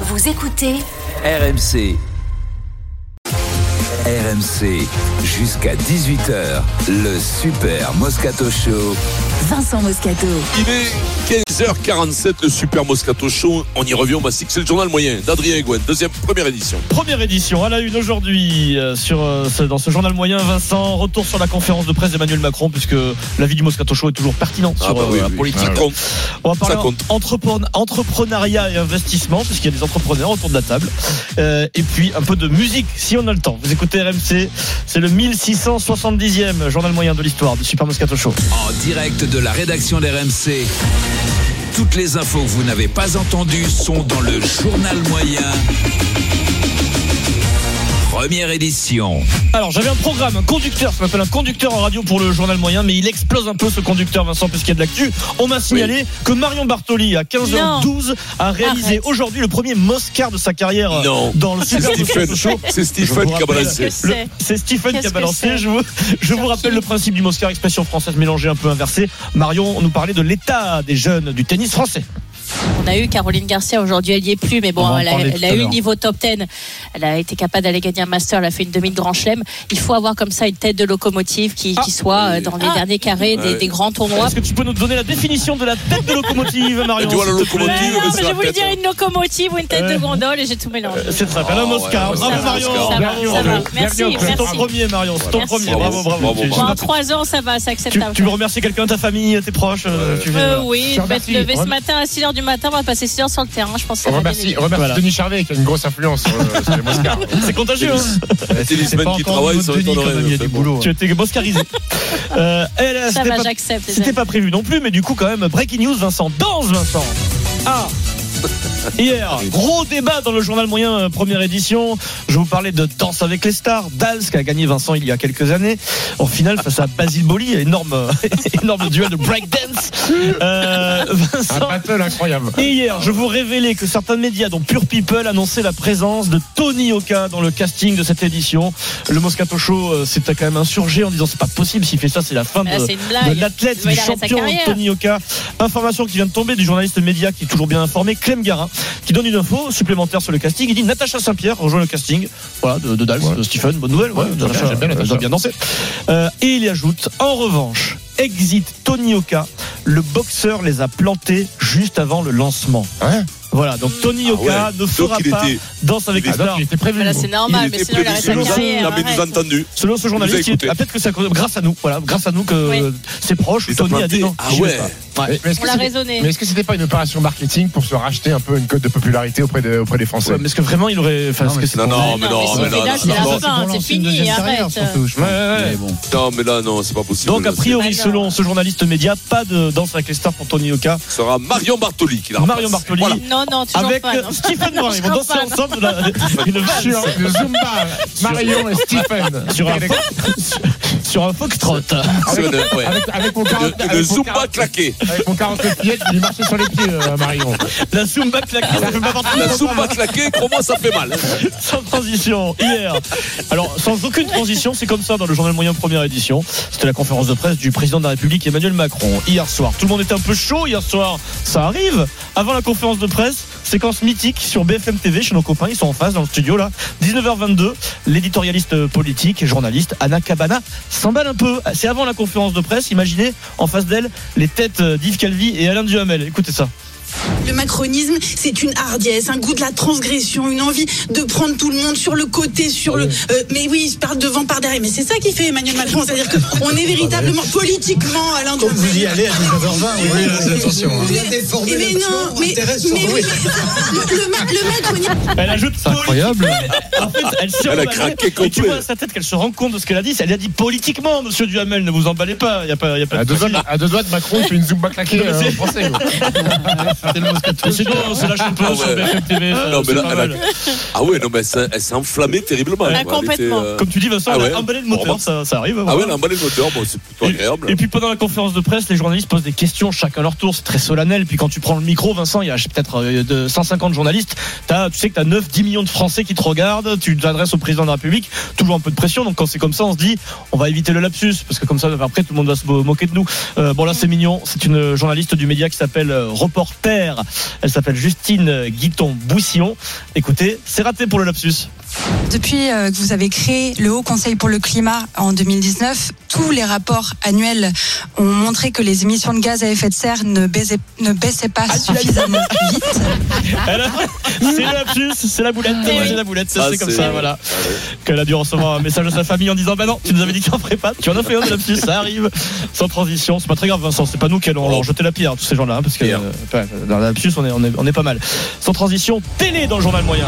Vous écoutez RMC. RMC, jusqu'à 18h, le Super Moscato Show. Vincent Moscato. Il est 15h47, le Super Moscato Show. On y revient au Mastic. C'est le journal moyen d'Adrien Gouin, deuxième, première édition. Première édition à la une aujourd'hui euh, sur euh, ce- dans ce journal moyen Vincent retour sur la conférence de presse d'Emmanuel Macron puisque l'avis du Moscato Show est toujours pertinent Ah sur bah euh, la politique. Ça compte. On va Ça parler compte. entrepren- entrepreneuriat et investissement puisqu'il y a des entrepreneurs autour de la table Euh, et puis un peu de musique si on a le temps. Vous écoutez RMC, c'est le 1670e journal moyen de l'histoire du Super Moscato Show. En direct de la rédaction d'RMC. Toutes les infos que vous n'avez pas entendues sont dans le journal moyen. Première édition. Alors j'avais un programme, un conducteur, ça m'appelle un conducteur en radio pour le journal moyen, mais il explose un peu ce conducteur Vincent puisqu'il y a de l'actu. On m'a signalé que Marion Bartoli à 15h12 a réalisé Arrête. aujourd'hui le premier Moscar de sa carrière euh, Non. dans le C'est Super Stephen, Moscato Show. c'est Je Stephen vous qui a rappelle. balancé. Qu'est-ce que Le- c'est C'est Stephen qui Qu'est-ce a que balancé. c'est Je vous, je vous rappelle le principe du Moscar, expression française mélangée un peu inversée. Marion nous parlait de l'état des jeunes du tennis français. On a eu Caroline Garcia, aujourd'hui elle y est plus, mais On va bon, en elle a, parler tout elle a à eu l'heure. niveau top 10. Elle a été capable d'aller gagner un master, elle a fait une demi de grand chelem. Il faut avoir comme ça une tête de locomotive qui, qui soit euh, dans les Ah. derniers carrés des, Ouais. des grands tournois. Est-ce que tu peux nous donner la définition de la tête de locomotive, Marion Tu vois, la s'il te plaît locomotive, non, mais c'est mais la je voulais tête, dire hein. une locomotive ou une tête de gondole et j'ai tout mélangé. Euh, C'est très bien. Un Oh, Moscar. ouais, Ça Bravo va, Marion. ça va, Bravo. ça va. Merci, Bravo. C'est ton merci. premier, Marion. C'est ton Merci. premier. Bravo, bravo. Bravo, Tu- bravo. Bon, en trois ans, ça va, c'est Tu, acceptable. tu veux remercier quelqu'un, ta famille, tes proches euh, tu veux- Euh, oui, Je je vais te remercie. lever ce Rem- matin à 6h du matin, on va passer 6h sur le terrain, je pense que ça va On bien remercie, aider. remercie Voilà. Denis Charvet qui a une grosse influence sur, le- sur les Moscars. C'est contagieux. hein. Les tennismen qui travaillent, ça va être honoré. C'est bon. tu étais boscarisé. Euh, et là, Ça c'était va, pas- j'accepte. les C'était amis. pas prévu non plus, mais du coup, quand même, breaking news, Vincent. Danse, Vincent. Ah Hier, gros débat dans le journal moyen, euh, première édition. Je vous parlais de Danse avec les stars. Dals, qui a gagné Vincent il y a quelques années. En finale, face à Basile Boli, énorme, euh, énorme duel de breakdance. Euh, Un Vincent. battle incroyable. Et hier, je vous révélais que certains médias, dont Pure People, annonçaient la présence de Tony Oka dans le casting de cette édition. Le Moscato Show euh, s'était quand même insurgé en disant c'est pas possible, s'il fait ça, c'est la fin de, Là, Ah, c'est une de blague. l'athlète, Mais du il arrête sa champion carrière. Tony Oka. Information qui vient de tomber du journaliste média qui est toujours bien informé, Clem Garin, qui donne une info supplémentaire sur le casting. Il dit Natacha Saint-Pierre rejoint le casting voilà, de, de Dals, Ouais. de Stephen, bonne nouvelle. Ouais, très bien, Natacha, j'aime bien elle Natacha. doit bien danser. Euh, et il y ajoute En revanche, exit Tony Oka, le boxeur les a plantés juste avant le lancement. Hein Voilà, donc Tony Ah Oka ouais. ne Donc fera il pas était, Danse avec les Ah, donc, stars. il était prévu. Mais Là, c'est normal, il mais était sinon, il arrête sa prévu, il carrière. avait nous arrête. entendu. Selon ce journaliste, Il nous a il- écoutés. ah, peut-être que c'est à cause- grâce à nous, voilà, grâce à nous que Oui. ses proches, Les Tony a dit implantés. non. Ah j'y vais ouais. pas. Mais, mais est-ce On que l'a c'était- raisonné. mais est-ce que c'était pas une opération marketing pour se racheter un peu une cote de popularité auprès, de- auprès des Français Ouais, mais est-ce que vraiment il aurait. Enfin, Non, est-ce mais que c'est Non, pour- non, mais non, mais mais non, c'est là, c'est non, la non. fin, c'est fini, euh. arrête. Ouais, ouais, ouais. Non, mais là, non, c'est pas possible. Donc, a priori, Mais non. selon ce journaliste média, pas de danse avec les stars pour Tony Oka. Ce sera Marion Bartoli qui la remplace. Marion Bartoli. Voilà. Non, non, toujours Avec pas. euh, hein. non. Stephen Moore, ils vont Toujours danser pas, non. ensemble la- une Sur valse le Zumba, Marion et Stephen. sur un, avec, sur un foxtrot. C'est le- Ah ouais. avec, avec mon 40 Le- Le avec mon Zumba 40 claqué. Avec mon 49 billets, il marchait sur les pieds, euh, Marion. La Zumba claquée, ça fait pas partie La de Zumba claqué, comment ça fait mal hein sans transition hier. Alors sans aucune transition, c'est comme ça dans le journal moyen première édition. C'était la conférence de presse du président de la République Emmanuel Macron hier soir. Tout le monde était un peu chaud hier soir. Ça arrive. Avant la conférence de presse, séquence mythique sur BFM TV chez nos copains. Ils sont en face dans le studio là. 19h22. L'éditorialiste politique et journaliste Anna Cabana s'emballe un peu. C'est avant la conférence de presse. Imaginez en face d'elle les têtes d'Yves Calvi et Alain Duhamel. Écoutez ça. Le macronisme, c'est une hardiesse, un goût de la transgression, une envie de prendre tout le monde sur le côté, sur le. euh, mais oui, il se parle devant, par derrière. Mais c'est ça qui fait Emmanuel Macron, c'est-à-dire qu'on est véritablement politiquement à l'endroit. Comme vous y allez à 19h20, oui, attention. hein. Mais non, mais, mais oui, mais- le, le ma- le macronisme. Elle ajoute Incroyable. En fait, elle, s'est Elle a emballée. craqué Et Tu complet. vois à sa tête qu'elle se rend compte de ce qu'elle a dit. Elle a dit politiquement, monsieur Duhamel, ne vous emballez pas. Il n'y a pas, y a pas À de deux, souci. doigts, à deux doigts de Macron, il fait une Zumba claquée euh, en français. quoi. Mais C'est bon, c'est lâche un peu Ah ouais. sur BFM TV. ça, Non, mais c'est là, pas elle a- mal. Ah ouais, non, mais elle s'est- elle s'est enflammée terriblement. Ah, quoi. Elle était, complètement. euh, Comme tu dis, Vincent, Ah elle a ouais. emballé le On moteur, remonte. ça, ça arrive. Ah voilà. ouais, l'emballé le moteur, bon, c'est plutôt agréable. Et puis pendant la conférence de presse, les journalistes posent des questions, chacun leur tour, c'est très solennel. Puis quand tu prends le micro, Vincent, il y a peut-être euh, de 150 journalistes, T'as- tu sais que tu as 9-10 millions de Français qui te regardent, tu t'adresses au président de la République, toujours un peu de pression. Donc quand c'est comme ça, on se dit, on va éviter le lapsus, parce que comme ça, après, tout le monde va se mo- moquer de nous. Euh, bon là, c'est mignon, c'est une journaliste du média qui s'appelle euh, Reporter maire. Elle s'appelle Justine Guiton-Boussillon. Écoutez, c'est raté pour le lapsus. Depuis euh, que vous avez créé le Haut Conseil pour le climat en 2019, tous les rapports annuels ont montré que les émissions de gaz à effet de serre ne, baisaient- ne baissaient pas Ah, suffisamment vite. Elle a- C'est le lapsus, c'est la boulette. C'est la boulette, ça, Ah, c'est comme c'est- ça, voilà. Qu'elle a dû recevoir un message de sa famille en disant Bah non, tu nous avais dit que tu en ferais pas, tu en as fait un de lapsus, ça arrive. Sans transition, c'est pas très grave, Vincent, c'est pas nous qui allons leur jeter la pierre, tous ces gens-là, hein, parce que Pierre. euh, enfin, dans le lapsus, on est, on, est, on est pas mal. Sans transition, télé dans le journal moyen.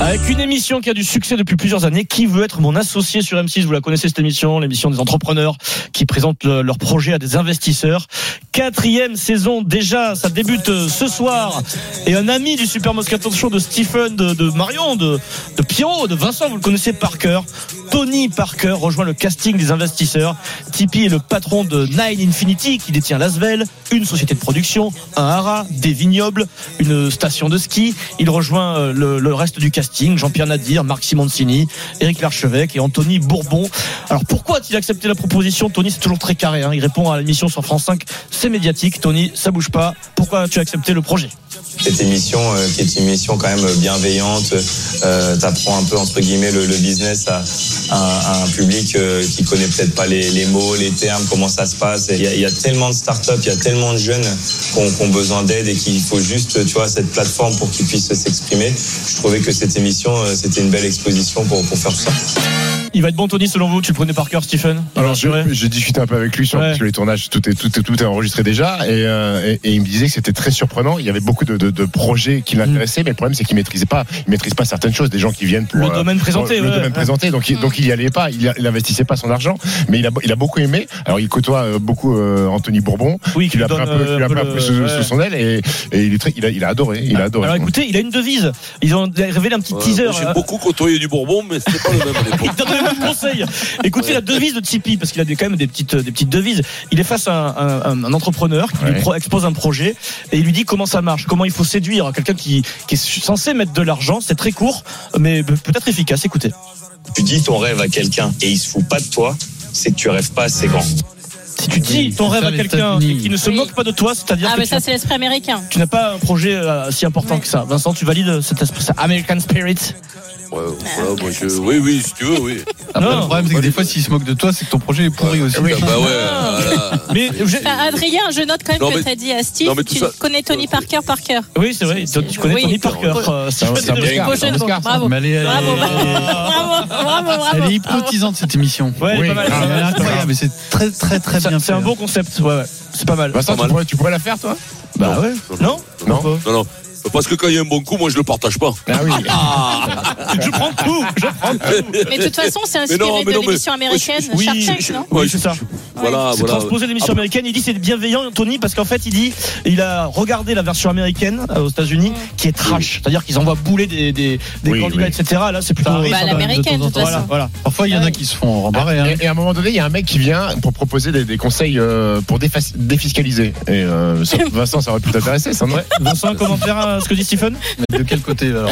Avec une émission qui a du succès depuis plusieurs années, qui veut être mon associé sur M6 Vous la connaissez cette émission, l'émission des entrepreneurs qui présentent le- leurs projets à des investisseurs. Quatrième saison déjà, ça débute euh, ce soir. Et un ami du Super Moscato Show de Stephen, de, de Marion, de, de Pierrot, de Vincent, vous le connaissez par cœur. Tony Parker rejoint le casting des investisseurs. Tipeee est le patron de Nine Infinity qui détient Lasvel, une société de production, un haras, des vignobles, une station de ski. Il rejoint euh, le, le reste du casting, Jean-Pierre Nadir, Marc Simoncini, Éric Larchevêque et Anthony Bourbon. Alors pourquoi a-t-il accepté la proposition Tony, c'est toujours très carré. hein. Il répond à l'émission sur France 5, c'est médiatique. Tony, ça bouge pas. Pourquoi as-tu accepté le projet cette émission euh, qui est une émission quand même bienveillante. Euh, T'apprends un peu entre guillemets le, le business à, à- à un public euh, qui connaît peut-être pas les, les mots, les termes, comment ça se passe. Et Il y, a- il y a tellement de startups, il y a tellement de jeunes qui ont, qui ont besoin d'aide et qu'il faut juste, tu vois, cette plateforme pour qu'ils puissent s'exprimer. Je trouvais que cette émission, euh, c'était une belle exposition pour, pour faire tout ça. Il va être bon, Tony, selon vous Tu le prenais par cœur, Stephen Il va Alors assurer je- j'ai discuté un peu avec lui sur, Ouais. sur les tournages, tout est, tout, est, tout est enregistré déjà, et, euh, et- et il me disait que c'était très surprenant. Il y avait beaucoup de, de- de projets qui l'intéressaient, mais le problème c'est qu'il maîtrisait pas, il maîtrise pas certaines choses. Des gens qui viennent pour Mm. Le domaine présenté, le ouais. Mm. domaine présenté, donc il, donc il y allait pas, il, il investissait pas son argent, mais il a, il a beaucoup aimé. Alors il côtoie euh, beaucoup euh, Anthony Bourbon, Oui, euh, qui l'a pris un peu, qui l'a pris un peu sous, sous son aile, et, et il, est très- il a, il a adoré, il a adoré. Ah, Alors écoutez, il a une devise. Ils ont révélé un petit Ouais, teaser. moi, J'ai euh, beaucoup côtoyé du Bourbon, mais c'était pas le même à l'époque. Il donne le même conseil. Écoutez la devise de Tipeee, parce qu'il a des- quand même des petites, des petites devises. Il est face à un, un- un entrepreneur qui lui Ouais. pro- expose un projet et il lui dit comment ça marche, comment il faut séduire quelqu'un qui, qui est censé mettre de l'argent. C'est très court, mais peut-être efficace. Écoutez. Tu dis ton rêve à quelqu'un et il se fout pas de toi, c'est que tu rêves pas assez grand. Si tu dis ton rêve à quelqu'un et qu'il ne se Oui. moque pas de toi, c'est-à-dire Ah, que mais tu- ça, c'est l'esprit américain. tu n'as pas un projet euh, si important que ça. Vincent, tu valides euh, cet esprit, ça American Spirit Ouais, Ah, voilà, bah, moi, je- Oui, oui, si tu veux, oui. Après, Non. le problème, c'est que des fois, s'il se moque de toi, c'est que ton projet est pourri aussi. Ah, bah ouais, voilà. Mais j'ai- Enfin, Adrien, je note quand même Non, que mais- tu as dit à Steve, non, mais tout tu ça- connais Tony Parker par cœur. oui, c'est vrai, tu connais Oui. Tony Parker. euh, Ah, C'est un- Ah, c'est un Stephen Oscar, Beau c'est un jeu de mots. Oscar, ça. Bravo. Mais elle est- Bravo, euh, elle est- bravo, bravo, bravo. Elle est hypnotisante cette émission. Ouais, Oui, pas Ah, mal. Elle est grave. incroyable, Ah, mais c'est très très très Ça, bien fait. C'est un bon concept, ouais, ouais. C'est pas mal. Vincent, Pas tu mal. pourrais, tu pourrais la faire toi Bah ouais. Non Non. Non, non. Parce que quand il y a un bon coup, moi je le partage pas. Ah oui. Je prends tout Je prends tout Mais de toute façon, c'est Mais inspiré non, mais de non, mais- l'émission américaine Oui, Shark Tank, je- non oui, c'est ça. Voilà, C'est voilà. transposé de l'émission américaine. Il dit c'est bienveillant, Tony, parce qu'en fait, il dit il a regardé la version américaine euh, aux États-Unis qui est trash. C'est-à-dire qu'ils envoient bouler des, des, des Oui, candidats, oui. etc. Là, c'est plutôt. Ça arrive, Bah, ça, l'américaine, temps en de toute temps. façon. voilà, voilà. Parfois, il y en a qui se font rembarrer. hein. Et, et à un moment donné, il y a un mec qui vient pour proposer des, des conseils euh, pour défac- défiscaliser. Et euh, ça- Vincent, ça aurait pu t'intéresser, ça, non Vincent, comment faire euh, ce que dit Stephen Mais de quel côté alors